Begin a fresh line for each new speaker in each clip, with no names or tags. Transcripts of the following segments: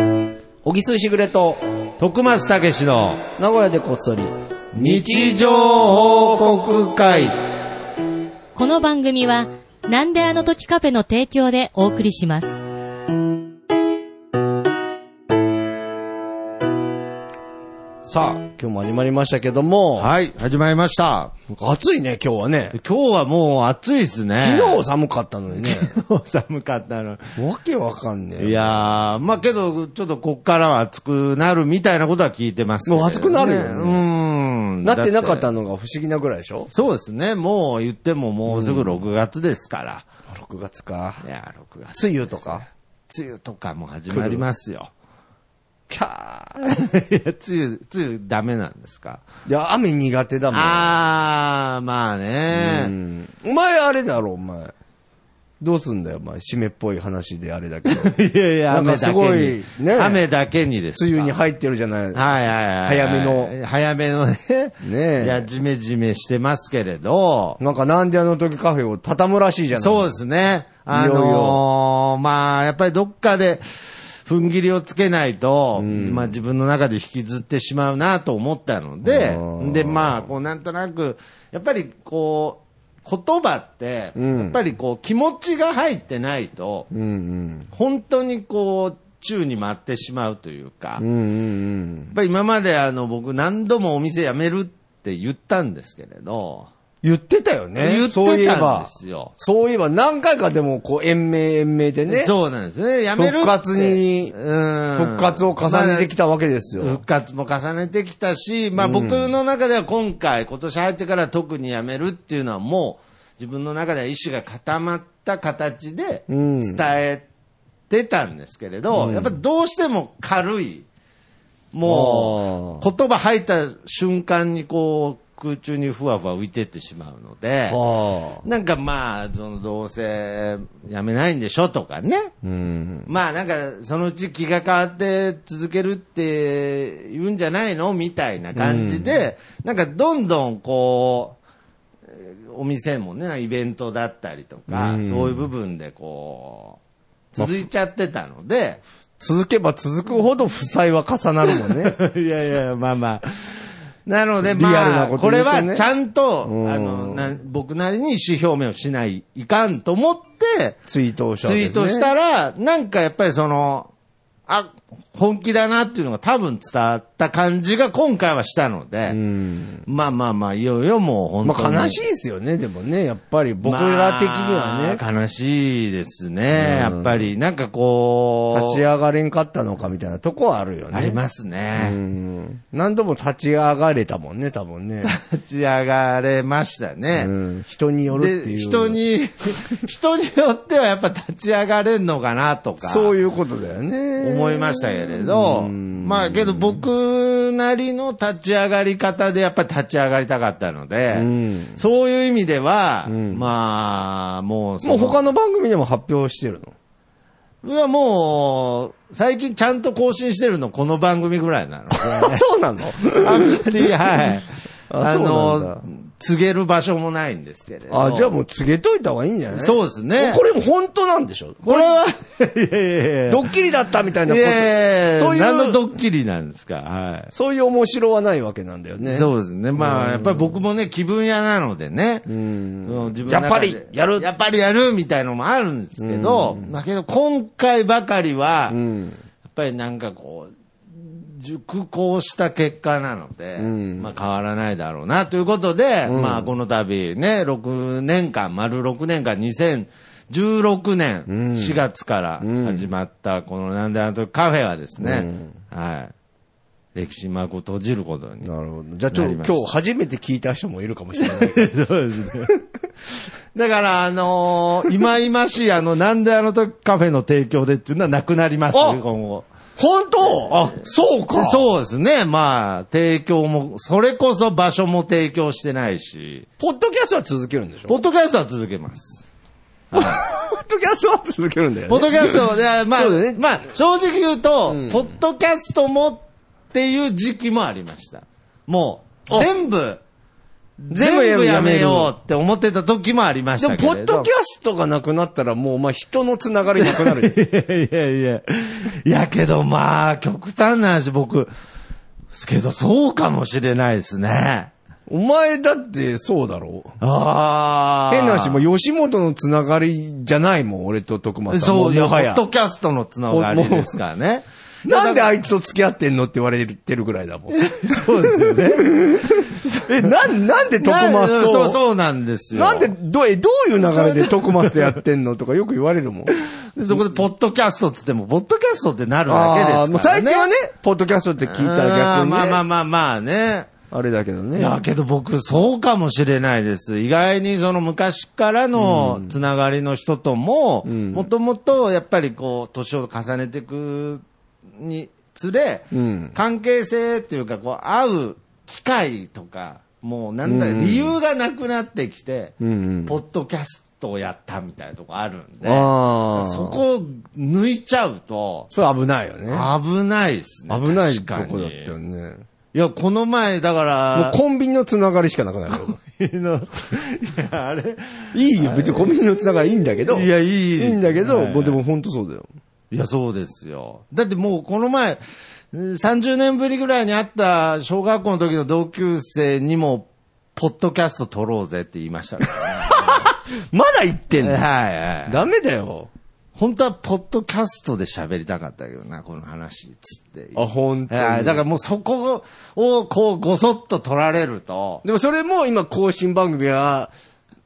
小木すしぐれと、
徳松たけしの
名古屋でこっそり。
日常報告会。
この番組は、なんであの時カフェの提供でお送りします。
さあ、今日も始まりましたけども、
はい、始まりました。
なんか暑いね、今日はね。
今日はもう暑いですね。
昨日寒かったのにね。
昨日寒かったの。
わけわかんねえ。
いやー、まあけど、ちょっとこっからは暑くなるみたいなことは聞いてますけど、
もう暑くなるよね
ねうーん。
なってなかっ
だ
たのが不思議なぐらいでしょ
てそうですね。もう言ってももうすぐ6月ですから。
?6 月か。
いやー、6月。
梅雨とか。
梅雨とかも始まりますよ。
キャー。
いや、梅雨、梅雨ダメなんですか
いや、雨苦手だもん。
あー、まあ
う
ね。
んお前あれだろ、お前。どうすんだよ、お前。湿っぽい話であれだけど。梅
いやい
な
や、
んか
雨だ
すご
け
い
に。
ね
雨だけにですか。
雨に入ってるじゃない。
はいはいはいはい。
早めの。
早めのね。
ねえ
いや、じめじめしてますけれど。
なんかなんであの時カフェを畳むらしいじゃない
そうですね。あのー
いよい
まあ、やっぱりどっかで、踏ん切りをつけないと、まあ自分の中で引きずってしまうなと思ったので
うん、
で、まあ、こうなんとなく、やっぱりこう、言葉って、
ん
やっぱりこう気持ちが入ってないと、
うんうん。
本当にこう、宙に舞ってしまうというか、
うんうんうん。
やっぱり今まであの僕何度もお店辞めるって言ったんですけれど、
言ってたよね。
言ってた
そういえ
ん
ば
で。すよ。
そういえば何回かでもこう延命延命でね。
そうなんですね。辞めるって
復活に
うん
復活を重ねてきたわけですよ。
まあ復活も重ねてきたし、まあ僕の中では今回、今年入ってから特に辞めるっていうのはもう自分の中では意思が固まった形で
うん
伝えてたんですけれど、やっぱどうしても軽い、も
あ
う言葉入った瞬間にこう空中にふわふわ浮いてってしまうので、
はあ。
なんかまあ、そのどうせ辞めないんでしょとかね。
うん。
まあなんか、そのうち気が変わって続けるって言うんじゃないのみたいな感じで、なんかどんどんこうえー、お店もね、イベントだったりとか、
うん
そういう部分でこう、続いちゃってたので、
続けば続くほど負債は重なるもんね。
いやいや、まあまあ。なので、
リアル
ま
な
あ、
こと
こ
言う
れ
とね
はちゃんと、
うん
あの、な僕なりに意思表明をしない、いかんと思って、
ツイートをしたわ
ツ
け
イ
で
ー
すね
トしたら、なんかやっぱりその、あ、本気だなっていうのが多分伝わった感じが今回はしたので、
うん。
まあまあまあ、いよいよもう本
ま
当に。
あ悲しいですよね、でもね。やっぱり僕ら的にはね。
まあ悲しいですね、やっぱり。なんかこう、
立ち上がれんかったのかみたいなとこはあるよね。
ありますね。
うん。何度も立ち上がれたもんね、多分ね。
立ち上がれましたね。
うん。人によるっていう。
で、人。に、人によってはやっぱ立ち上がれんのかなとか、
そういうことだよね。
思いましたけれど、まあけど僕なりの立ち上がり方でやっぱり立ち上がりたかったので、
うん
そういう意味では、
ん
まあ、もうそ
もう他の
の、
番組でも発表してるの
いやもう、最近ちゃんと更新してるのこの番組ぐらいな の で。
そう なの
あんまり、はい。
あ
あ
そうなんだ
の、告げる場所もないんですけれど。
あ、じゃあもう告げといた方がいいんじゃない
そうですね
これも本当なんでしょ
これは、いやいやいや
ドッキリだったみたいなこ
い
と。
やいや
そういう
何のドッキリなんですか。はい。
そういう面白はないわけなんだよね。
そうですね。まあ、やっぱり僕もね、気分屋なのでね。
うん。
うん自分の中で
やっぱりやる
やっぱりやるみたいのもあるんですけど、だけど今回ばかりは、
う
や
ん。
っぱりなんかこう、熟考した結果なので、
うん
まあ変わらないだろうなということで、
ん
まあこの度ね、6年間、丸6年間、2016年
うん
4月から始まった、このなんであの時カフェはですね、はい、歴史幕を閉じることに
なるほど。じゃあちょっ
な
と
り
今
ました
日初めて聞いた人もいるかもしれない。
そうですね。だから、あのー、今々しい、あの、なんであの時カフェの提供でっていうのはなくなります、
あ
今後。
本当あ、そうか。う。
そうですね。まあ、提供も、それこそ場所も提供してないし、
ポッドキャストは続けるんでしょ
ポッドキャストは続けます。
ポッドキャストは続けるんだよ
ポッドキャスト は、いやまあ、
そうだね
まあ、正直言うと、
ん
ポッドキャストもっていう時期もありました。もう、
あ
全部、全部やめようって思ってた時もありまし
でも、
たけ
ポ
れど。
ッドキャストがなくなったら、もう、まあ、人のつながりなくな るよ。
いやいや。いやけどまあ、極端な話、僕、すけどそうかもしれないですね。
お前だって、そうだろ
ああ。
変な話、もう吉本のつながりじゃないもん、俺と徳間さん。
そう、
も
いや、
も
ポ
は
ッ
や。
ドキャストのつながりですからね。
なんで
だ
あいつと付き合ってんのって言われてるぐらいだもん。
そうですよね。
え、なん、なんで徳間
なそう、
と、
そうなんですよ。
なんで、どう、え、どういう流れで徳間とやってんのとかよく言われ るもん。
でそこで、ポッドキャストっつっても、ポッドキャストってなるだけですか
あ
ら、
あ、
ね。
もう最近はね、ポッドキャストって聞いたら
あ
逆に
ー
ね。
まあまあまあまあね。
あれだけどね。
いや、けど僕、そうかもしれないです。意外にその昔からのつながりの人とも、
うん
もともとやっぱりこう、年を重ねていくにつれ、
うん
関係性っていうか、こう、会う機会とか、もうなんだ、
うん
理由がなくなってきて、
うんうん
ポッドキャストをやったみたいなとこあるんで、
ああ。
そこを抜いちゃうと、
それ危ないよね。
危ないですね。
危ない
確
と
かに
こだったよね。
いや、この前、だか
もう
ら、
コンビニのつながりしかな くなるよ。
の、いや、あれ、
いいよ、別にコンビニのつながりいいんだけど。
いやいいですね
いいんだけど、もうでも本当そうだよ。
いや、そうですよ。だってもう、この前、うん30年ぶりぐらいに会った小学校の時の同級生にも、ポッドキャスト撮ろうぜって言いましたから
まだ言 ってん
ね。
の
はいはい。
ダメだよ。
本当は、ポッドキャストで喋りたかったけどな、この話、つって。
あ、本当
はい、
に。
だからもうそこを、こう、ごそっと撮られると。
でもそれも今更新番組は、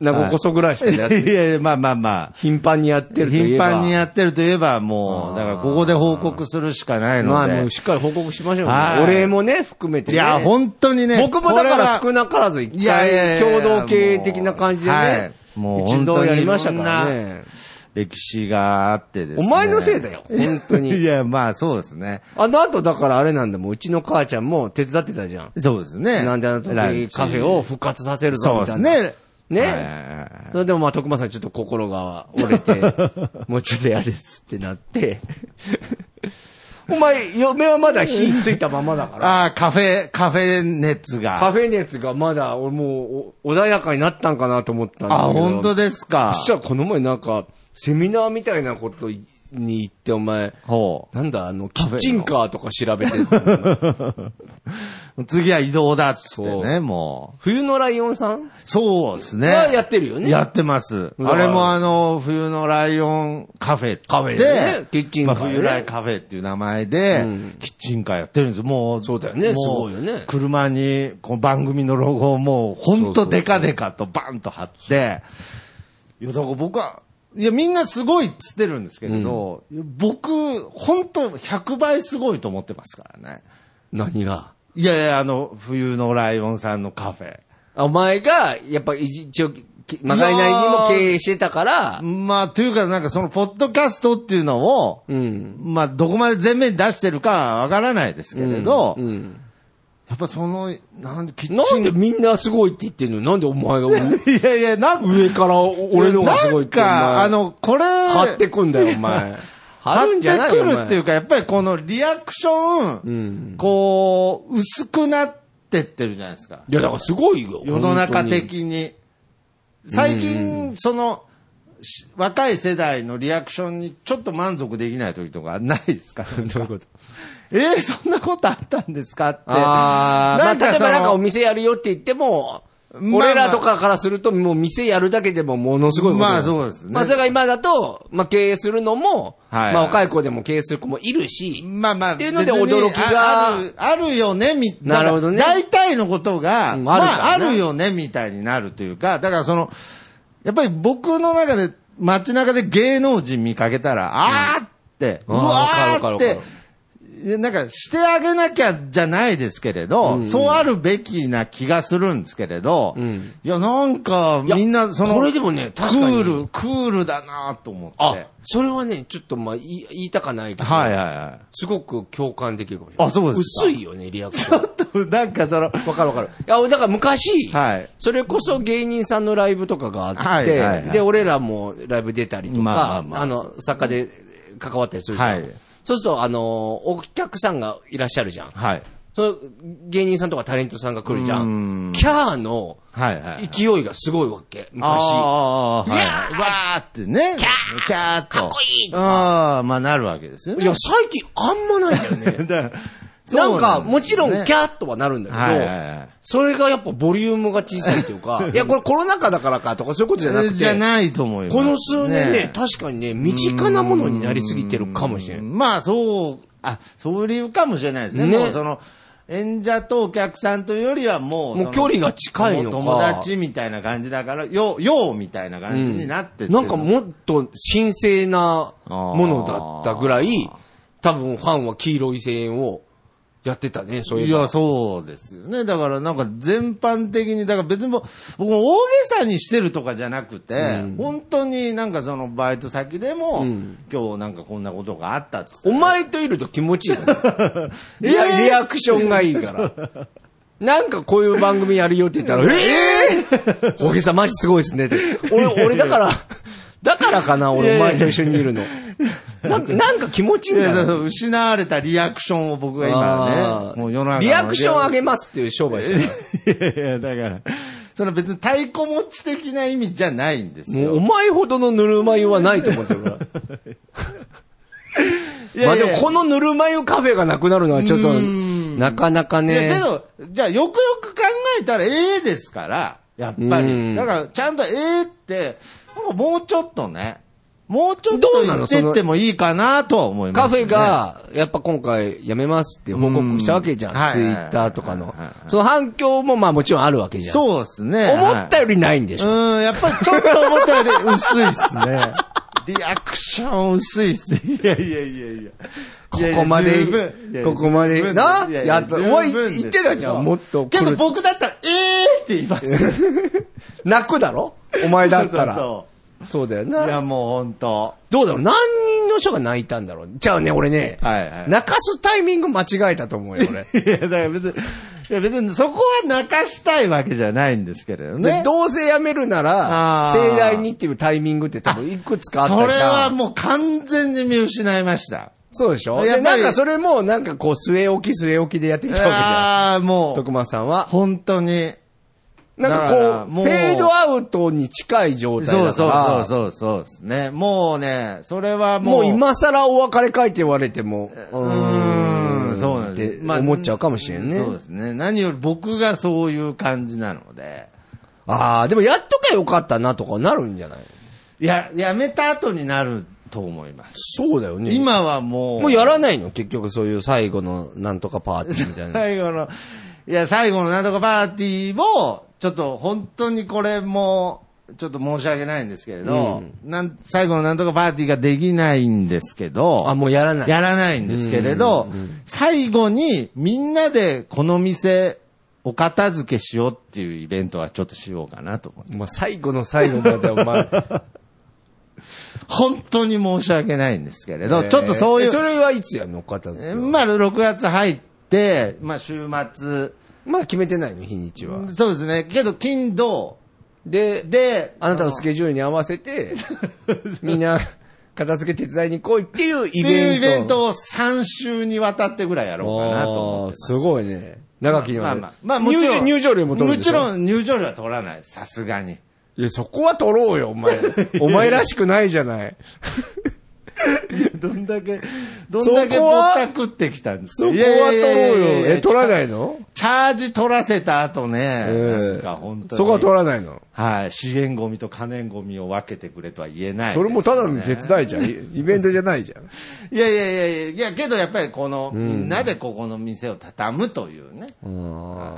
なんかこそぐらいしか
い
やってない
やいや、まあまあまあ。
頻繁にやってるとい
頻
えば。
繁にやってるといえば、もう、だからここで報告するしかないので。
まあ、もうしっかり報告しましょうね
はい。
お礼もね、含めて
い
ね。
や、本当にね。
僕もだから少
い。
なからず
い
一
や
回
いやいやいや
共同経営的な感じでね、
もうはいもう
一度やりましたから
本当にいろ
ね。
歴史があってです
お
ね。
前のせいだよ、本当
い
に。
や、まあそうですね。
あの後だからあれなんだもん、うちの母ちゃんも手伝ってたじゃん。
そうですね。
なんであの時
ランチ
カフェを復活させるぞ
そう
み
で
た
す
いな。
ね。
ね
はいはいはい
それでもまあ、徳間さんちょっと心が折れ て、もうちょっとやれっすってなって。 お前、嫁はまだ火ついたままだから。
ああ、カフェ、カフェ熱が。
カフェ熱がまだ、俺もう、お穏やかになったんかなと思ったんだけ
あ
ど。
あ、本当ですか。
そしたらこの前なんか、セミナーみたいなことに行って、お前、
ほ
なんだ、あの、キッチンカーとか調べて、
う。次は移動だっつって
そ
ね、もう。
冬のライオンさん
そうですね。
はやってるよね
やってま
だ
す。
か
あ
ら
れもあの、冬のライオンカフェって。
カフェでねキッチンカーね
まあ冬ライカフェっていう名前で、
うん
キッチンカーやってるんですもう、
そうだよね
もう
すごいよね
車に、こう番組のロゴをもう、ほ
そ
ん
うそう
と
そう
デカデカとバンと貼って、いや、だから僕は、いや、みんなすごいっつってるんですけれど、僕、本当100倍すごいと思ってますからね。
何が
いやいや、あの、冬のライオンさんのカフェ。
お前が、やっぱ一応、まがいなりにも経営してたから、
まあ、というか、なんかその、ポッドキャストっていうのを、
うん。
まあ、どこまで前面に出してるかはわからないですけれど、
うん
やっぱその、なんで、キッ
な
チン。
んでみんなすごいって言ってんのになんでお前が 上
いやいや、なんか、
上から俺のがすごいってお前。
なんか、あの、これ、
張ってくんだよ、お 前。
貼
張るんじゃないよ
っ
お
て
前
くるっていうか、やっぱりこのリアクション、
うん。
こう、薄くなってってるじゃないですか。
いや、だからすごいよ。
世の中
本当に。
的に。最近、その、し若い世代のリアクションにちょっと満足できない時とかないですか
どういうこと
えー、そんなことあったんですかって。
ああ、まあ、
なんか
例えば
その
なんかお店やるよって言っても、
まあ
俺らとかからすると、もう店やるだけでもものすごいこと
まあそうですね
まあ、それが今だと、まあ、経営するのも、
はい
まあ、若い子でも経営する子もいるし、
まあまあ、
っていうので
別に
驚きが
あある、あるよね、み
なるほどね
だから大体のことが、
うん
ま
あるから
あ、あ
ね
るよね、みたいになるというか、だからその、やっぱり僕の中で、街中で芸能人見かけたら、あーって、う
うん
わ
あーわかるわかる
ーって
わか、
いやなんか、してあげなきゃじゃないですけれど、そうあるべきな気がするんですけれど、
うん
いや、なんか、みんな、その、
これでもね、
ク
確かに。
ール、クールだなと思って。
あ、それはね、ちょっとまあ、言い言いたかないけど、
はいはいはい。
すごく共感できるかもしれない。
あそうですか
薄いよね、リアクシ
ちょ
ョン。
っと、なんかその、
わかるわかる。いや、俺だから昔、
はい
それこそ芸人さんのライブとかがあって、
はいはいはい
で、俺らもライブ出たりとか、
まあ
あ
まあまあ
の、作家で関わったりするじゃん
はい
そうすると、あの、お客さんがいらっしゃるじゃん。
はい。
その芸人さんとかタレントさんが来るじゃ
うん
ん。キャーの
はいはい。
勢いがすごいわけ、昔。
ああ、はい。
いやー
わーってね。
キャー
キャーと。
かっこいいと
ああ、まあなるわけですよね。
いや、最近あんまないんだよね。
だから
なんか、もちろん、キ
ャ
ャーとはなるんだけど、
はいはいはい
それがやっぱボリュームが小さいっていうか、 いや、これコロナ禍だからかとかそういうことじゃなくて、
じゃないと思います。
この数年ね、確かにね、身近なものになりすぎてるかもしれない。
まあそう、あ、そういうかもしれないですね。
ね
もうその、演者とお客さんというよりはもう、
もう距離が近いのか
もう友達みたいな感じだから、よう、ようみたいな感じになってってる
なんかもっと神聖なものだったぐらい
あー、
多分ファンは黄色い声援をやってたね、そうい。
いうや、そうですよね。だからなんか全般的に、だから別に僕僕も大げさにしてるとかじゃなくて、
うん
本当になんかそのバイト先でも、
うん
今日なんかこんなことがあったっつって
お前といると気持ちいいよね。リアリアクションがいい から。なんかこういう番組やるよって言ったら、えぇ、ー、大げさんマジすごいですねって。俺、俺だから、 だからかな、俺お前と一緒にいるの。なんか、なんか気持ちいいん
いや
だ
だか
よ。
ら失われたリアクションを僕が今
あー
ね、もう世の中の
リアクション上げ
ま
ますっていう商売して
す。いやいや、だから、その別に太鼓持ち的な意味じゃないんです
た。もうお
よ。
前ほどのぬるま湯はないと思ってるから。
いやいや
まあでもこのぬるま湯カフェがなくなるのはちょっと
うーん、
なかなか
いや
ね。
けど、じゃあよくよく考えたらええですから、やっぱ
う
り。
ん
だからちゃんとええって、なんかもうちょっとね、もうちょっと
どうな
言
の
ってってもいいかなとは思います、
カ
ね。
フェ、が、やっぱ今回辞めますっていう報告したわけじゃ
うんはい
ん。ツイッターとか
は
の
いはいはい。
その反響もまあもちろんあるわけじゃん。
そうですね。
思ったよりないんでしょ。
うん、やっぱりちょっと思ったより薄いっすね。 リアクション薄いっす。いやいやいやいや。
ここま
いやいや十分いや
で、
いや
ここま
十
で、
分
ない
やい
やっと、
十分
おい、
です
言ってたじゃん、もっと来
け
る。
ど僕だったら、えーって言いますよ。
泣くだろお前 だったら。
そ
そうだよ
うそうそうい
な。
やもう本当
どうだろう何人の人が泣いたんだろうじゃあね、俺ね、
はいはい。
泣かすタイミング間違えたと思うよ、俺。
いや、だから別に、いや別にそこは泣かしたいわけじゃないんですけれど
で
ね。
どうせ辞めるな
あ
ら、
ー
盛大にっていうタイミングって多分いくつかあったじ
そ
ゃん。
れはもう完全に見失いました。
そうでしょ
やっ
で、
ぱ
な
り
んかそれも、なんかこう、据え置き据え置きでやってきたわけじゃ
ああ、
ん。
も
徳松さんは
う、。本当に。
なん
だから
かこ
も
う、
う
フェードアウトに近い状態だか
そう
ら。
そうそうそうそうですね。もうね、それはも
も
う。
う今更お別れ会って言われても、う
うーん、そうなんです。
って思っちゃうかもしれんね。
そうですね。何より僕がそういう感じなので。
ああ、でもやっとかよかったなとかなるんじゃない
いや、やめた後になると思います。
そうだよね。、
今はもう。
もうやらないの結局そういう最後のなんとかパーティーみた いな。
最後の、いや、最後のなんとかパーティーを、ちょっと本当にこれも、ちょっと申し訳ないんですけれど、なん最後のなんとかパーティーができないんですけど、
あ、もうやらない。
やらないんですけれど、最後にみんなでこの店、お片付けしようっていうイベントはちょっとしようかなと思って。
まあ最後の最後までお 前。
本当に申し訳ないんですけれど、
えー
ちょっとそうい、
えそうれはいつやんの方です
え
よ
まあ6月入って、まあ週末、
まあ決めてないの、日にちは。
そうですね、けど金土
で、
で、
あなたのスケジュールに合わせて、みんな、片付け手伝いに来いっていうイ
ってい
ベン
う
ト。
イベントを3週にわたってぐらいやろうかなと思
あー
ってます。
すごいね。長きに
ま
わ
あ
たり
まあ、まあもちろん。
入場入場料も取る
もちろ
ん。
ん入場料は取らない。さす がに。
いや、そこは取ろうよ、お 前。お前らしくないじゃない。
どんだけ、どんだけ
そ
ぼ
こ
っ
は
たくってきたんです。
そこは取ろうよ。え、取らないいの
チャージ取らせた後ね、
え
なん
え
か本当に。
そこは取らないの。
はい。資源ゴミと可燃ゴミを分けてくれとは言えない、
それもただの手伝いじゃん。イイベントじゃないじゃん。
い。いやいやいやいや、いやけどやっぱりこの、みんなでここの店を畳むと いうね。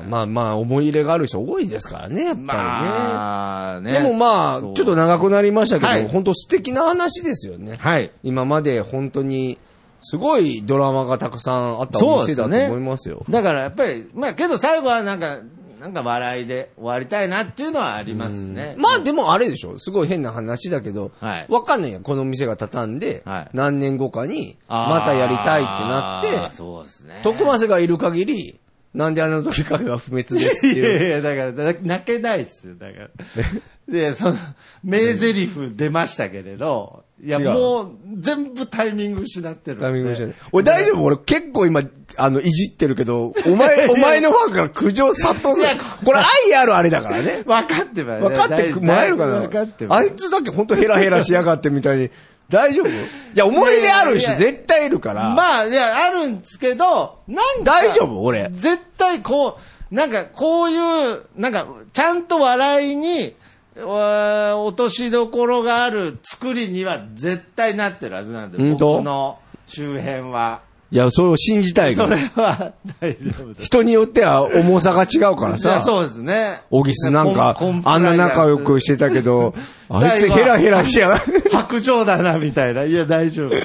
まあまあ、思い入れがある人多いですからね、やっぱりね。
まあね。
でもまあ、ち
そ
ょ
う
っと長くなりましたけど、
はい
本当素敵な話ですよね。
はい。
今まで本当に、すごいドラマがたくさんあったお
そうで
店
す
だと
ね
思いますよ。
だからやっぱり、まあけど最後はなんか、なんか笑いで終わりたいなっていうのはありますね。
まあでもあれでしょすごい変な話だけど、
はい
わかんないやんこの店が畳んで、
はい
何年後かに、
あー
またやりたいってなって、
そうですね。
徳松がいる限り、なんであの時カフェは不滅ですって
い
いう。
やいや、だから、だ泣けないっすよ、だから。で、その、名台詞出ましたけれど、いや、
違う
もう、全部タイミング失ってるんで。
タイミングじゃない。俺大丈夫俺結構今、あの、いじってるけ ど、お前、お前のファンから苦情殺到す
いや
る。これ愛あるあれだから ね。
分かってます。
分かってもらえるか
分かって
な
ま
あ
す
いつだけ本当ヘラヘラしやがってみたいに。大丈夫いや、思い出ある
い
し
やいや、いや
絶対いるから。
まあ、いや、あるんですけど、なんか、
大丈夫俺
絶対こう、なんか、こういう、なんか、ちゃんと笑いに、わー落としどころがある作りには絶対なってるはずなんで、
うんと
僕の周辺は。
いや、それを信じたいか
それ
ら。
は大丈夫です。
人によっては重さが違うから
いや
さ。
そうですね。
オギスなんか
コン、
あんな仲良くしてたけ ど、あいつヘラヘラしやがって。
白状だな、みたいな。いや、大丈夫。
い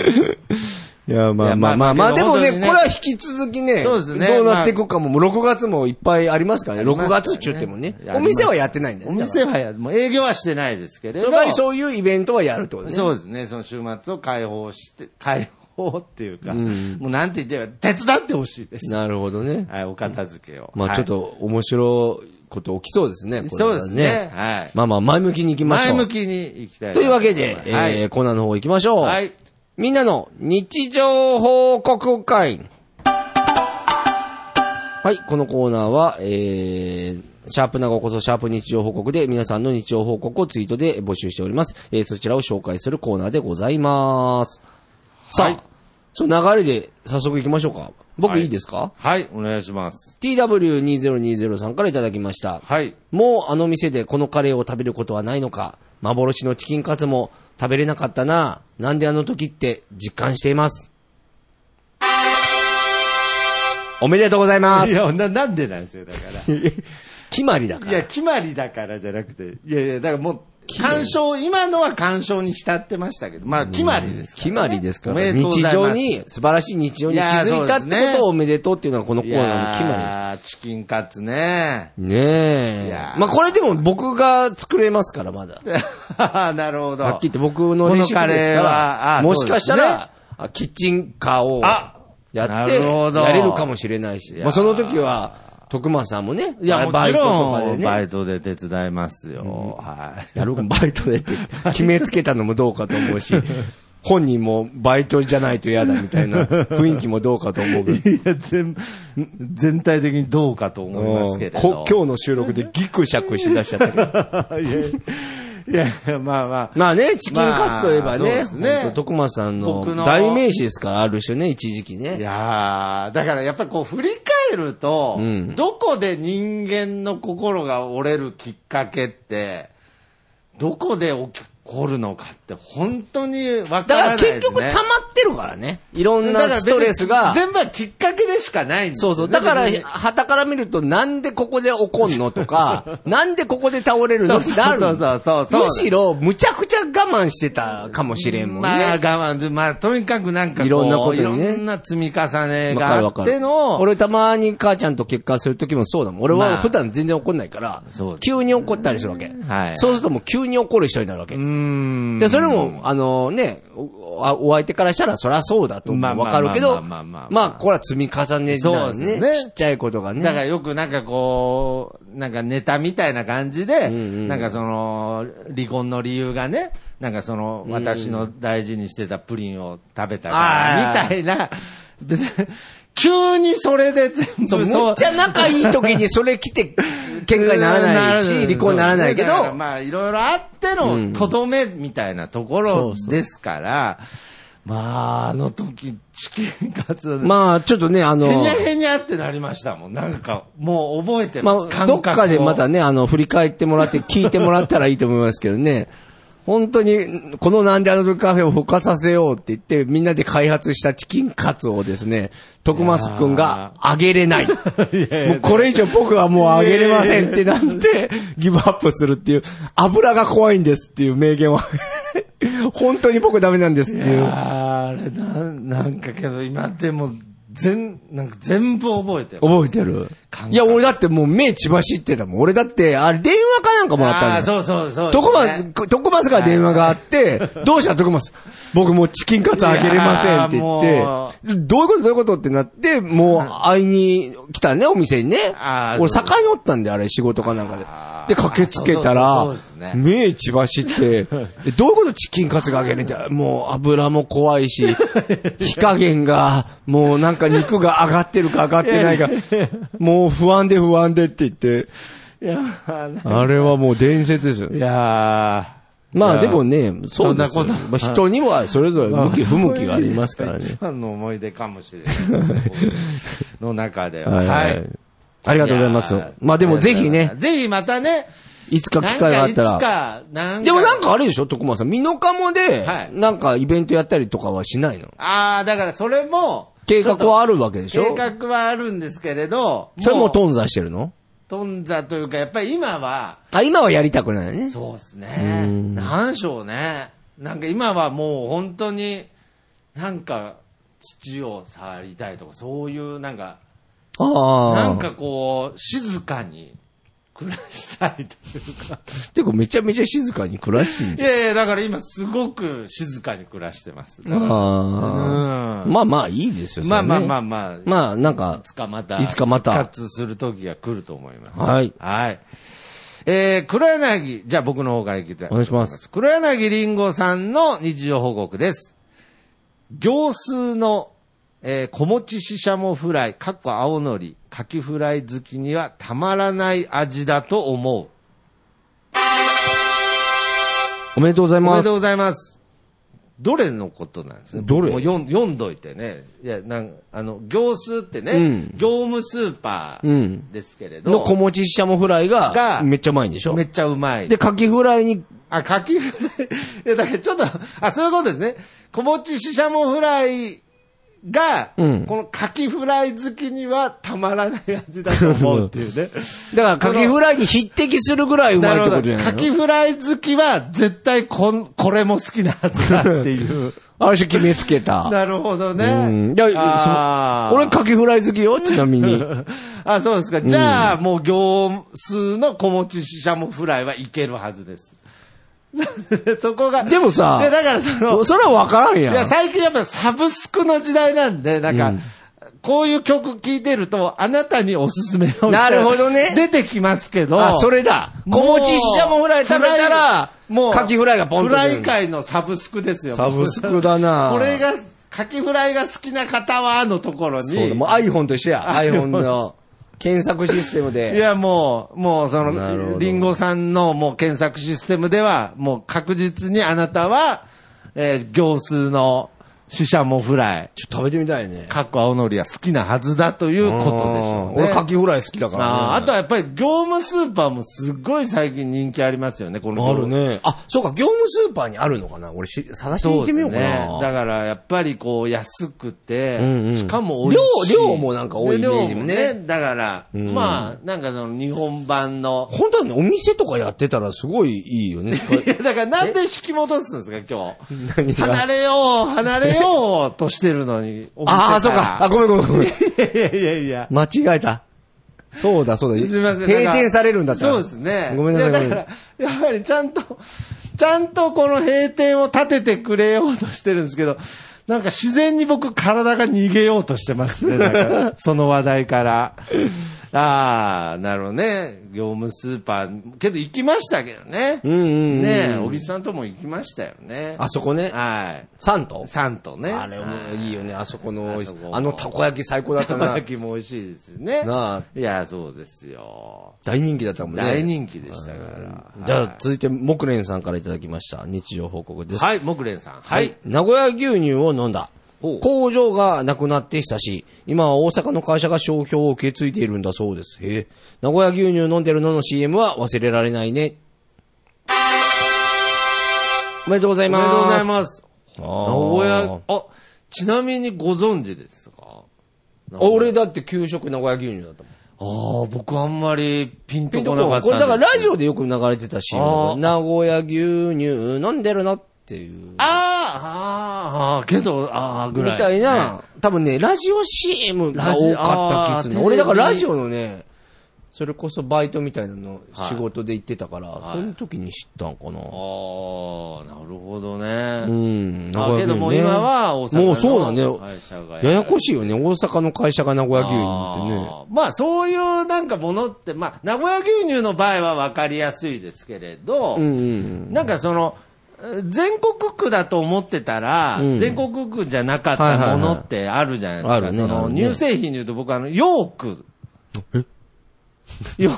や、ま
いや
あまあ
ま
ま
あ
あまあ、でも
本当
ね、
に
こ
ね
れは引き続きね、
そうですね
どうなっていくかも、もう6月もいっぱいありますからね、
あります
6
からね
月っちゅってもね
いや、
お店はやってないんだよ
お
ね。
店
は
はや、もう営業はしてないですけれ
そ
ど
の。代わりそういうイベントはやるってことね。
そうですね、その週末を解放して、 解放っていうか、もうなんて言っても手伝ってほしいです。
なるほどね。
はい、お片付けを。
まあちょっと面白いこと起きそうですね、
はい、
これ
そう
は
ですね。。はい。
まあまあ前向きに行きまし
前
ょう
向。きに行きたいな
というわけで、
はい。
えーコーナーの方行きましょう。
はい
みんなの日常報告会。はい、このコーナーは、えー、シャープなごこそシャープ日常報告で皆さんの日常報告をツイートで募集しております。えー、そちらを紹介するコーナーでございます。さあ、
はい
その流れで早速行きましょうか。僕
はい
いいですか、
はい、お願いします。
?tw2020 さんからいただきました。
はい。
もうあの店でこのカレーを食べることはないのか。幻のチキンカツも食べれなかったな。なんであの時って実感しています。おめでとうございま
い
す。
や、な、なんでなんですよ、だから。
決まりだか
いや、
ら。
決まりだからじゃなくて、いやいや、だからもう、干渉、今のは干渉に浸ってましたけど、まあ、決まりですから
決
ね、
まりですか
おめ
ら、
でとうご
日
ざい
常
ます
に、素晴らしい日常に気づいたって
いやそうで
こ
す
と
ね
をおめでとうっていうのはこのコ
い
ーナーの決まりです。
やーチキンカツね。い
ね
や
え。まあこれでも僕が作れますから、まだ。
なるほど。
はっきり言って僕のレシピ
このカ
です
レー
か
はあ
ら、もしかした
そうです
ら、あキッチンカーを
あ
やって、
なるほど
やれるかもしれないし、
や
まあ、その時は、徳間さんもね、
いや、も
バ
ち
イトと
ろ
かで
ん、バ
ね、
イトで手伝いますよ。は
やるかバイトでって 決めつけたのもどうかと思う し、本人もバイトじゃないと嫌だみた いな雰囲気もどうかと思うけど
い。いや、全、全体的にどうかと思いますけれど。
こ今日の収録でギクシャクしだしちゃったけど。
いやいや、まあまあ。
まあね、チキンカツといえば
まあ
ね、
そうですね
本当徳間さんの
僕の
代名詞ですから、ある種ね、一時期
い
ね。
やーだからやっぱりこう振り返ると、
うん
どこで人間の心が折れるきっかけって、どこで起こるのかって本当に
だ
わか
から
な
ら
いです、ね
結。局溜まってるからね。いろんなストレス
だから
が。
別に全部はきっかけでしかないんです
そ
よ
うそう。だから、
別に
旗から見ると、なんでここで怒んのと か、なんでここで倒れるのってなる。
そうそうそうそう
むしろ、むちゃくちゃ我慢してたかもしれんもんね。
まあ我慢、まあとにかくなんかこう
いろんなことにね
いろんな積み重ね
わかる
があ
わ
っ
か
て
る。
の、
俺たまに母ちゃんと結婚するときもそうだもん。俺
ま
は
あ
普段全然怒んないから
そうです、ね
急に怒ったりするわけ。
はい
そうするともう急に怒る人になるわけ
う。ーん。
で、それも、あのね、おあお相手からしたらそりゃそうだと思
まあ
う
まあ
わかるけど、
まあまあま
ま
あまあ
あ、これは積み重ねだ
そう
ね
ですね
ちっちゃいことがね。
だからよくなんかこう、なんかネタみたいな感じで、
んうん
なんかその、離婚の理由がね、なんかその、私の大事にしてたプリンを食べたから、
あー
みたいな、別に、急にそれで全部
そう、むっちゃ仲いい時にそれ来て、喧嘩に ならないし、離婚にならないけど
だ、からまあ、いろいろあっての、とどめみたいなところですから、まあ、あの時、チキンカツ、
まあ、ちょっとね、あの
へ、にゃへにゃってなりましたもん。なんか、もう覚えて
ま
ます。
あ、どっかでまた
ね。
ね、あの、振り返ってもらって、聞いてもらったらいいと思いますけど ね。本当に、このなんであの時カフェを復活させようって言って、みんなで開発したチキンカツをですね、徳松くんがあげれ ない。もうこれ以上僕はもうあげれませんってなん て、ギブアップするっていう、油が怖いんですっていう名言を、 本当に僕ダメなんですって
い
いう。
やーあれ、なん、なんかけど、今でも、全、なんか全部覚えてま
覚
す。
えてる
感覚
いや、俺だってもう目血走ってたもん。俺だって、あれ電話かなんかもらったんだ
あ
よ
あ、。そうそうそう、
トコマス、トコマスから電話があって、どうしたトコマス。僕もうチキンカツあげれませんって
いや
言って、どういうことどういうことってなって、もう会いに来たね、お店にね
あ。ー
俺、境におったんで、あれ、仕事かなんかで
あ。ー
で、駆けつけた
そう
ら
そうそうですね、
目血走って、でどういうことチキンカツがあげれんだもう油も怖いし、 火加減が、もうなんか肉が上がってるか上がってないか、もう不安で不安でって言って、
いやー
あれはもう伝説ですよ
い。やー
まあでも
ね、
ね、そうです
そんな
まあ人に はそれぞれ向き不向きがありますからね
一。番の思い出かもし れない。の中では。
はいは
はいい。
ありがとうございます
やー。
まあでもぜひね、
ぜひまたね、
いつか機会があった
なん
ら。
かいつか、なんか。
でもなんかあれでしょ徳間さん。ミノカモで
はい、
なんかイベントやったりとかはしないの
ああ、だからそれも、
計画はあるわけでし
計
ょ
画はあるんですけれど、
それも
とん
頓挫してるの
頓挫というか、やっぱり今は、
あ、今はやりたくないね。
そうですね。なんでしょうね。なんか今はもう本当に、なんか、土を触りたいとか、そういうなんか、
ああ。
なんかこう、静かに暮らしたいというか。
てかめちゃめちゃ静かに暮らしてん
い
じ
やいや、だから今すごく静かに暮らしてます。
ゃんああ。
うん
まあまあいいですよ。
まあまあまあ
あ。
まあ、
まあなんか
いつ、かまた、
いつかまた
復活する時が来ると思います。
はい
はい。えー、黒柳、じゃあ僕の方から聞いて
お願いします。
黒柳りんごさんの日常報告です。行数の、えー、小餅ししゃもフライ、かっこ青のり、かきフライ好きにはたまらない味だと思う。
おめでとうござい
おめ
ま
ですとう。ございます。どれのことなんですね。
どれ
もう読ん読んどいてね。いや、なんあの、行数ってね、
うん
業務スーパ
う
ー
ん
ですけれど、
の小餅ししゃもフライ
が
が、めっちゃうまいんでしょ
めっちゃうまい。
で、カキフライに、
あ、かきフラ イ。いや、だからちょっと、あ、そういうことですね。小餅ししゃもフライが、
うん
このかきフライ好きにはたまらない味だと思うって いうね。
だからカキフライに匹敵するぐらいうま
ない
っ
る
て
ほ
こと
ど。
じゃないの
かきフライ好きは絶対こん、これも好きなはずだっていう。
あれし決めつけた。
なるほどね。
うん。いや、
あ
そ
ー
俺カキフライ好きよ、ちなみに。
あ、そうですか。じゃあ、もう業数の小餅ししゃもフライはいけるはずです。 そこが。
でもさ
いやだからその、
それはわからんや
いや、
ん。
最近やっぱサブスクの時代なんで、なんか、こういう曲聴いてると、あなたにおすすめの。
なるほどね
出てきますけど。
あ、それだ。小餅ししゃもフライ食べたら、
もう、
カキフライがポンと
フラ
出
イ
る。
界のサブスクですよ。
サブスクだな
これが、カキフライが好きな方は、のところに。
そうだ、もう iPhone と一緒や。iPhone の検索システム
い
で。
や、もう、もう、そ
なるほ
の、
ど
リンゴさんの、もう、検索システムでは、もう、確実にあなたは、えー、行数の、死者もフライ、
ちょっと食べてみたいね。
かっこ青のりは好きなはずだということでしょうね。
俺カキフライ好きだからね。
あーあとはやっぱり、業務スーパーもすっごい最近人気ありますよね、この
ある。ね。あ、そうか、業務スーパーにあるのかな俺し、探しに
そ
行
う
って
です
みようか
ね。だ
な。
から、やっぱりこう、安くて、
うんうん
しかも美味しい。
量量もなんか多いイメージもね
量だから、まあ、なんかその、日本版 の、
本当はね、お店とかやってたらすごいいいよ ね。
いや、だからなんで引き戻すんですか、今
何
日。
が
離れよう、離れようとしてるのに。
ああ、そうか。あ、ごめんごめんごめん。
いやいやいや。
間違えた。そうだそうだ。
すみません。
閉
なんか
店されるんだったら
そうですね。
ごめんなさい。ご
や
めん
だから、やっぱりちゃんと、ちゃんとこの閉店を立ててくれようとしてるんですけど、なんか自然に僕体が逃げようとしてますね。だからその話題から。ああ、なるほどね。業務スーパー、けど行きましたけどね。
うんうんうん。
ねえ、小木さんとも行きましたよね。
あそこね。
はい。
サント
サンとね。
あれもいいよね。あそこの
あそこ、
あのたこ焼き最高だった
たこ
な
焼。きも美味しいですよね。
なあ
いや、そうですよ。
大人気だったもんね。
大人気でしたから。
じゃあ、続いて、木蓮さんからいただきました。日常報告です。
はい、木蓮さん。はい。
名古屋牛乳を飲んだ
ほう。
工場がなくなって久しい。今は大阪の会社が商標を受け継いでいるんだそうです。へえ。名古屋牛乳飲んでるのの CM は忘れられないね。おめでとうござ
お
い
め
ま。
ですとうございます。名古
あー
屋、あ、ちなみにご存知ですか
俺だって給食名古屋牛乳だったもん。
ああ、僕あんまりピン
ピ
と
ンと
こ
こ
なかったんです
これだからラジオでよく流れてた CM だ
あー
名古屋牛乳飲んでるなっていう。
あーあー、あーけど、ああ、ぐらい。
みたいな、多分ね、ラジオ CM が多かった気がする
ラジあー
の。俺だから
テレビ
ラジオのね、それこそバイトみたいなの
はい
仕事で行ってたから、
はい
その時に知ったんかな。
ああ、なるほどね。
うん。
あけどもう今は大阪の
もうそうなんだよ。
会社が
ややこしいよね。大阪の会社が名古屋牛乳ってね。
あーまあそういうなんかものって、まあ名古屋牛乳の場合は分かりやすいですけれど、
うんうん
なんかその、えー全国区だと思ってたら、
うん
全国区じゃなかったものってあるじゃないですか。
はいはいはいあるね
そ
あ
の
るね
乳製品で言うと僕あの、ヨーク。ヨヨ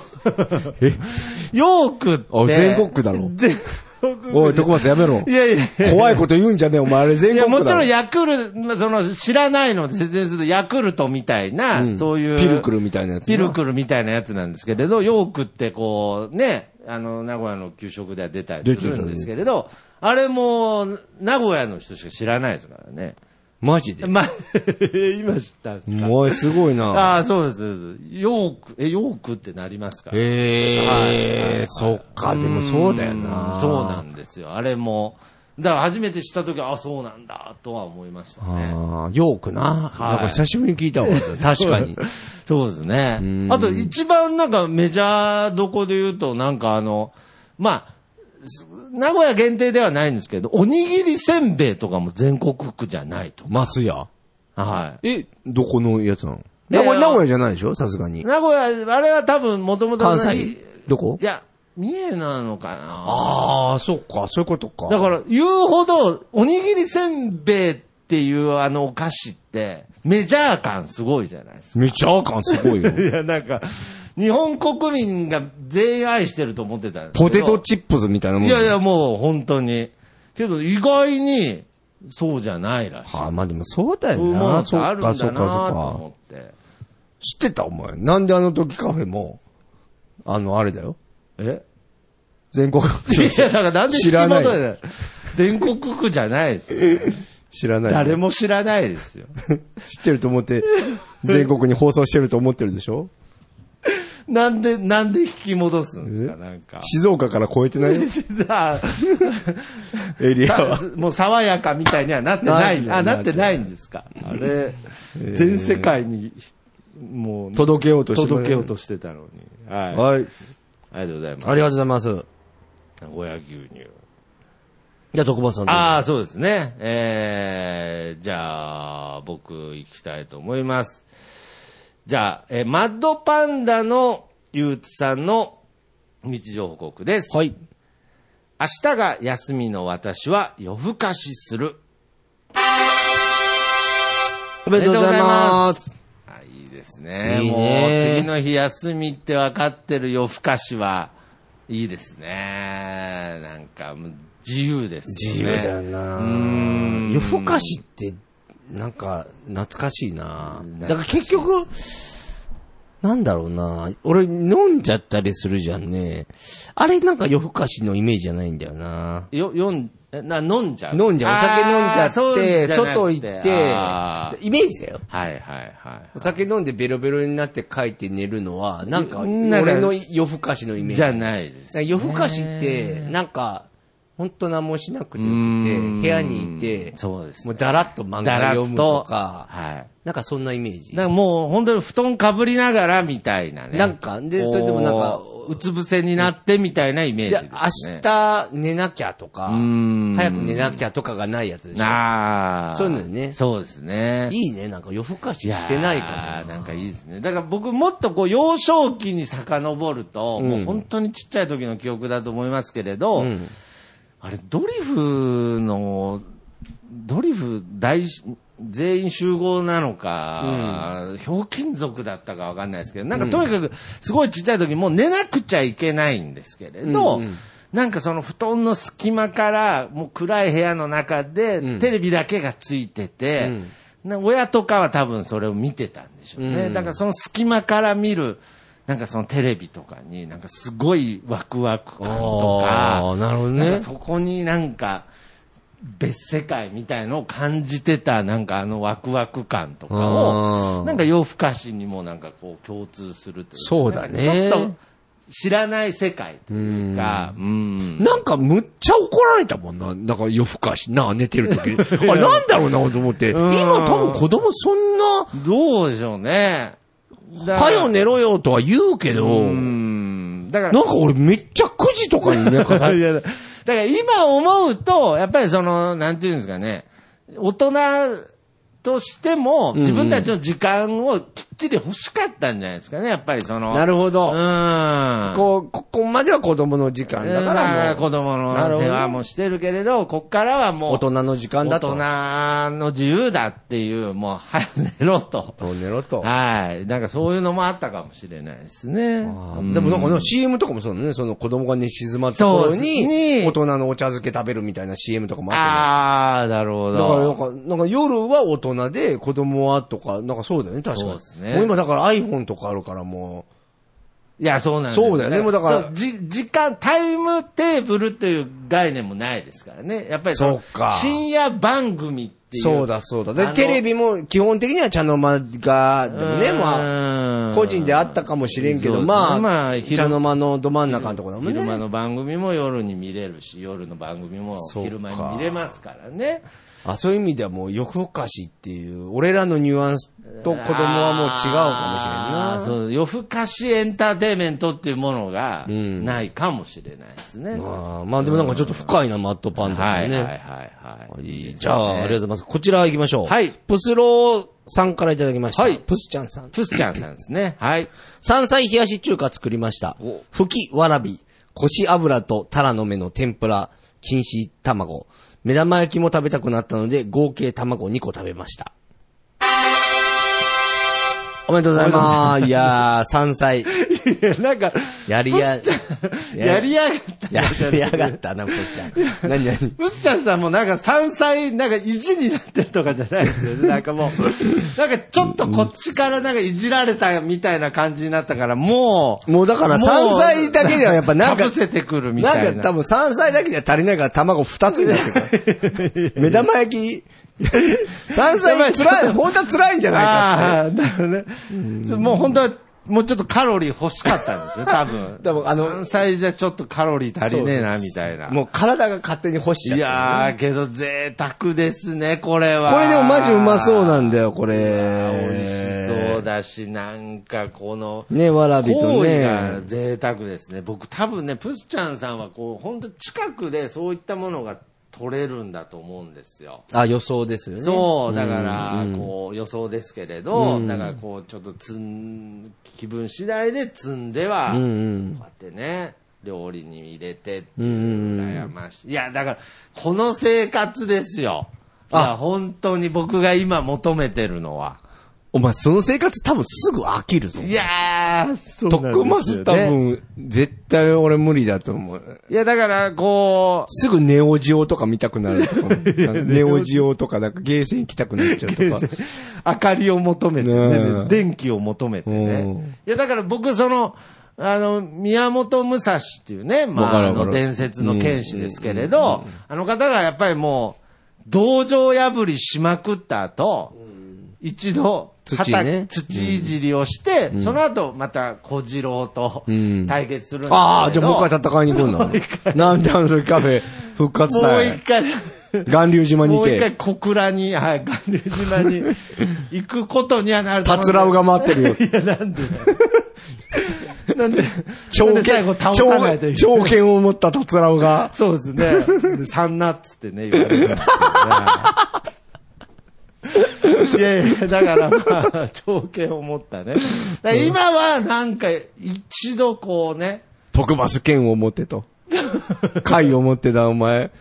ークって。
うん。あ、全国区だろ。
全国区
おい、徳松やめろ
い。やいや。
怖いこと言うんじゃねえ、お前。あれ全
いや、
国
も
区
ち
だ
ろ
ろ
ん。ヤクルト、まあその知らないので説明すると、ヤクルトみたいな、
うん
そういう。
ピルクルみたいなやつな。
ピルクルみたいなやつなんですけれど、ヨークってこう、ね、あの、名古屋の給食では出たりするんですけれど、あれも、名古屋の人しか知らないですからね。
マジで。
ま、 今知ったんですか
おい、すごいな。
ああ、そうです、そうです。ヨーク、え、ヨークってなりますから。
ええ、そっか、でもそうだよ
う
な。
んそうなんですよ。あれも、だから初めて知ったときは、あ、そうなんだ、とは思いましたね。
ああ、ヨークな。
はい
なんか久しぶりに聞いたわ。 確かに。
そうですね
ん。
あと一番なんかメジャーどこで言うと、なんかあの、まあ、す名古屋限定ではないんですけど、おにぎりせんべいとかも全国区じゃないと。
マスヤ。
は
え、どこのやつなの
い
名
や
古屋、名古屋じゃないでしょさすが
い。
に。
名古屋、あれは多分もともと
関西どこ
いや、三重なのかな。
ああ、そっか、そういうことか。
だから言うほど、おにぎりせんべいっていうあのお菓子って、メジャー感すごいじゃないですか。
めちゃ感すごいよ。
いや、なんか、日本国民が全員愛してると思ってたんですけど
ポテトチップスみたいなもん。
いやいや、もう本当に。けど意外にそうじゃないらしい。
ああ、まあでもそうだよ
そういうもの
な。
って
そ
あ
っ
るんだ
か、
な
そっか、そっ
と
か。
思って。
知ってたお前。なんであの時カフェも、あの、あれだよ。
え
全国、
いや、だからなんで
知らない
引き戻る全国区じゃないですよ。
知らない。
誰も知らないですよ。
知ってると思って、全国に放送してると思ってるでしょ
なんで、なんで引き戻すんですか、なんか。
静岡から超えてないよ
あ
エリアは
さ。 もう爽やかみたいにはなってない。
ない
あ、なってないんですか。あれ、全世界に、もう、
届けようとして
届けようとしてたのに。はい。あ
はい。
りがとうございます。
ありがとうございます。
名古屋牛乳。
じゃあ、徳橋さんどうぞ
ああ、そうですね。えー、じゃあ、僕行きたいと思います。じゃあ、えーマッドパンダのゆうつさんの日常報告です。
はい。
明日が休みの私は夜更かしする。
お。
めでとうございますあいいですね。
いいね
もう、次の日休みって分かってる夜更かしは、いいですね。なんか、もう自由です
自由
よね。
だよな
うーん
夜更かしって、なんか、懐かしいなだから結局、なんだろうな俺飲んじゃったりするじゃんね。あれなんか夜更かしのイメージじゃないんだよな
よ、よん、えな、飲んじゃう
飲んじゃう。お酒飲んじゃって、外行
は
っ
い
て、イメージだよ。
はいはい。
お酒飲んでベロベロになって帰って寝るのは、なんか、
なんか
俺の夜更かしのイメージ。
じゃないで
だ
す
から。夜更かしって、なんか、ほんと何もしなくてよ
う
くて、
ん
部屋にいて、
そうですね
もうだらっと漫画読むとか、
はい。
なんかそんなイメージ。
なんかもう本当に布団かぶりながらみたいなね。
なんかでそれでもなんか
こううつ伏せになってみたいなイメージ
で、
です、ね
明。日寝なきゃとか、
ん
早く寝なきゃとかがないやつでしょ。
ああ。
そういうのよね
そうですね。
いいね、なんか夜更かししてない
や
か
ーなんかいいですね。だから僕もっとこう幼少期に遡ると、
ん
もう本当にちっちゃい時の記憶だと思いますけれど、
うん
あれ、ドリフの、ドリフ大、全員集合なのか、ひょうきん族だったかわかんないですけど、なんかとにかくすごいちっちゃい時もう寝なくちゃいけないんですけれど、
うんうん
なんかその布団の隙間から、もう暗い部屋の中で、テレビだけがついてて、な親とかは多分それを見てたんでしょうね。
うん
だからその隙間から見る、なんかそのテレビとかに、なんかすごいワクワク感と
あ
か
ー、なるほどね
んかそこになんか、別世界みたいのを感じてた、なんかあのワクワク感とか
あ
を、
ー
なんか夜更かしにもなんかこう共通するというか
そうだね
なんかちょっと知らない世界というか、うん
ら。なんかむっちゃ怒られたもんな。なんか夜更かし、な、寝てる 時あれなんだろうなと思って。
ん
今多分子供そんな、
どうでしょうね。だ
はよ寝ろよとは言うけど、
うん。だから、
なんか俺めっちゃ9時とかに 寝かさ
い
れ
や だから今思うと、やっぱりその、なんていうんですかね、大人としても、自分たちの時間をきっちり欲しかったんじゃないですかね、やっぱりその。
なるほ
ほ
ど。
うん。
こう、ここまでは子供の時間だか
ま
ら
あ
も
子
う、
供の
なるほど
世話もしてるけれど、こっからはもう、
大人の時間だと。
大人の自由だっていう、もう、早く寝ろと。
そう寝ろと。
はい。なんかそういうのもあったかもしれないですね。
あ
う
ーでもなんかね、CM とかもそうだね、その子供が寝静まった頃に、
そうですね
大人のお茶漬け食べるみたいな CM とかもあっ
あー、なるほ
たねだからな
ど
ん。か、なんか夜は大人で子供はとか、なんかそうだよね、確かに。
そうですね
もう今だから iPhone とかあるからも
いや、そうなんです
そうだよねもうだから
そうじ、時間、タイムテーブルという概念もないですからね。やっぱりの
そうか
深夜番組って
う。
いう。
そうだそうだ。
あ
で
の、
テレビも基本的には茶の間が、でもね、まあ、
ま
個人であったかもしれんけど、まあ、茶の間のど真ん中のところだもんね。
昼間の番組も夜に見れるし、夜の番組も
そうか
昼間に見れますからね。
あそういう意味ではもう欲深しっていう、俺らのニュアンスと子供はもう違うかもしれんな。
あーそう、夜更かしエンターテインメントっていうものが
うん
ないかもしれないですね。
まあ、まあでもなんかちょっと深いな、マットパンダさ
は
ん
い
ね。
はいはいはい。いいですね
じゃあ、ありがとうございます。こちら行きましょう。
はい
プスローさんからいただきました。
はい
プスちゃんさん。
プスちゃんさんです ね。はい。
山菜冷やし中華作りました
お。
ふき、わらび、こし油とタラの芽の天ぷら、錦糸卵、目玉焼きも食べたくなったので、合計卵2個食べました。おめでとうございます。いやー、山菜。
なんか、
やりや、
やりやがっ
やりやがったな、ポスちゃん。 何何
うっちゃんさんもなんか山菜、なんか意地になってるとかじゃないですよね。なんかもう、なんかちょっとこっちからなんかいじられたみたいな感じになったから、もう、
もうだから山菜だけではやっぱなんか
ぶせてくるみたいな。
なんか多分山菜だけじゃ足りないから卵二つにな ってる。目玉焼き、山菜辛い、本当は辛いんじゃないかっ
ああ、だからね。ちょっともう本当は、もうちょっとカロリー欲しかったんですよ、多分。
多分あの
山菜じゃちょっとカロリー足りねえな、みたいな。
て。もう体が勝手に干し
い
ちゃ
やー、けど贅沢ですね、これは。
う。これでもマジうまそうなんだよ、これ。
美味しそう
ね
だし、なんかこの、
わらびと
行為が
ね。
贅沢ですね。僕多分ね、プスちゃんさんはこう、本当近くでそういったものが取れるんだと思うんですよ。
あ、予想ですよね。
そう、だから、こう、予想ですけれど、だからこう、ちょっと積ん、気分次第で積んでは、
うんう。
こうんやってね、料理に入れてって
うんう
いう、
んうん。
羨ましい。いや、だから、この生活ですよ。
あ
あ、本当に僕が今求めてるのは。
お前その生活多分すぐ飽きるぞ。
いやー、そうなんですよね
徳増多分、絶対俺無理だと思う。
いや、だから、こ
すぐネオジオとか見たくなるとかも ネオジオとか、なんかゲーセン行きたくなっちゃうとか。
う、 明かりを求めて
ね
ね
え、
電気を求めて
うん
ね。いや、だから僕、その、あの、宮本武蔵っていうね、ま
わかる
あ、あ
わかる
の、伝説の剣士ですけれど、あの方がやっぱりもう、道場破りしまくった後、一度、
土ね
叩土いじりをして、その後、また小次郎と
うん
対決するんですけれど
ああ、じゃあもう一回戦いに行くんだ。なんであの時カフェ復活
もう一
祭。
回、
巌流島に
もう一回
て、
小倉に、はい、巌流島 に行くことにはなると
タ
思う
ツラウが回ってるよ。
いや、なんでなんで、なん
長
で最
剣
後倒、さないとい
長
けない。
長剣を持ったタツラウが。
そうですね。サンナっつってね、言われるんですけどねいやいや、だからまあ、条件を持ったね。だから今はなんか、一度こうね、
徳バス剣を持って と。貝を持ってた、お前。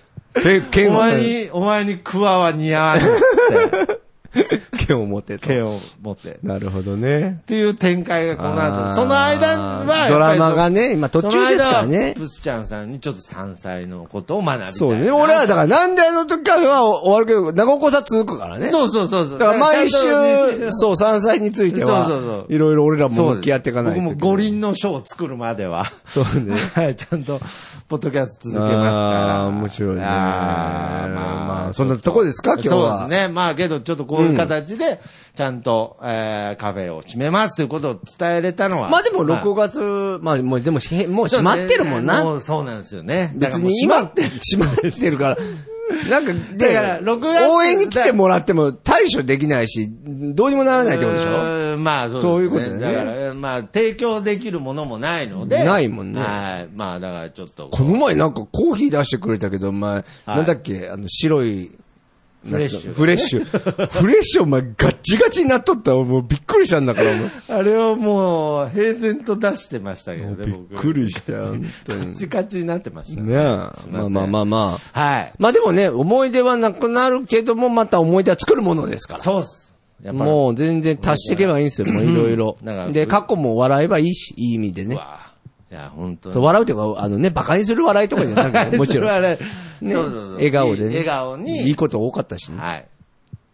え剣を
お
持
前
って。
に、お前にクワは似合わないっつって、
剣を持ってと。
剣を持って。
なるほどね
っ。ていう展開がこの
あー
後。その間はやっぱりそ、
ドラマがね今途中ですからね
その間はプスちゃんさんにちょっと山菜のことを学びたい。
そうね。俺はだから、なんであの時カフェは終わるけど、長岡さ続くからね。
そうそうそうそう。
だから毎週
ちゃんとね、
そう、山菜について
そうそう
は
そ、
いろいろ俺らも向き合っていかないと。
僕も五輪の書を作るまでは。
そうね。
はい、ちゃんと、ポッドキャスト続けますから。
ああー、面白いね。
あーまあ、
まあ、そんなとこですか、今日は。
そうですね。まあけど、ちょっとこういう形で、ちゃんと、えーカフェを閉めますということを伝えれたのは。
まあでも、
はい
6月、まあ、もう、でも、へもう閉まってるもん
も
な。
うそうなんですよね。だ
別
からもう
に
閉
今
ま
っ、
って
閉ま
て
ってるから。なんか、
だから6月
応援に来てもらっても対処できないし、どうにもならないってことでしょ
うーんまあそうです、
そういうことね
だから、まあ提供できるものもないので。
ないもんね
はい。まあだからちょっと。
この前なんかコーヒー出してくれたけど、お前、
い
なんだっけ、あの、白い、
フレッシュ
フレッシ ュ。フレッシュ、お前、ガッチガチになっとった。もうびっくりしたんだから、お前
あれをもう平然と出してましたけどね、
びっ
僕。
くりした、本当
カ
に。ね
チカチになってました
え。
ね。
ます
い
あ
せん
まあまあまあ。
はい。
まあでもね、思い出はなくなるけども、また思い出は作るものですから。
そうっす。やっぱり。
もう全然足していけばいいんですよ、もういろいろ
うんだか。ら
で、過去も笑えばいいし、いい意味で
う
ね。
わいや、本当に。
そう笑うというか、あのね、馬鹿にする笑いとかじゃな くて、もちろん。
我々
ね
そうそうそう
笑顔でね。
笑顔に。
いいこと多かったしね。
はい。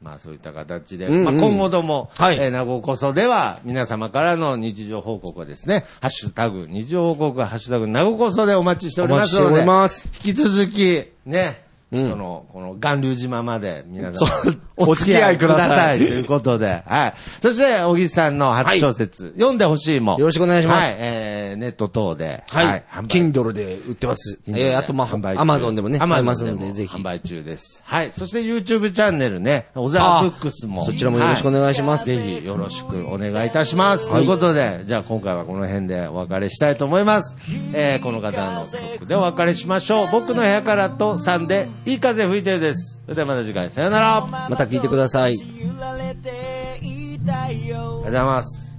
まあそういった形で、
うんうん
まあ、今後とも、
はい
えー名護こそでは、皆様からの日常報告はですね、ハッシュタグ、日常報告、ハッシュタグ、名護こそでお待ちしております
お待ちして
の
お
で、
ります
引き続き、ね、
うん
その、この、巌流島まで、皆さ
そ
ん
う、お付き合いください
ということで、はい。そして、小木さんの初小説、読んでほしいもん。
よろしくお願いします
はい、えー、ネット等で、
はい。
販売
Kindle で売ってます。
いいね
えー、あとまあ、
販売中
Amazon でもね、買えます
Amazon
の
で
で、
も
ぜひ
販。売中です。はい。そして YouTube チャンネルね、小沢
あ
ブックスも。
そちらもよろしくお願いします
はぜひよろしくお願いいたします。
はい
ということで、じゃあ今回はこの辺でお別れしたいと思います。えー、この方の曲でお別れしましょう。僕の部屋からと3で、いい風吹いてるです。それではまた次回、さよなら。ありが
また聞いてください。
揺られていたよ
とうございます。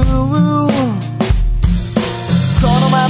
このま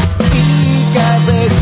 い風吹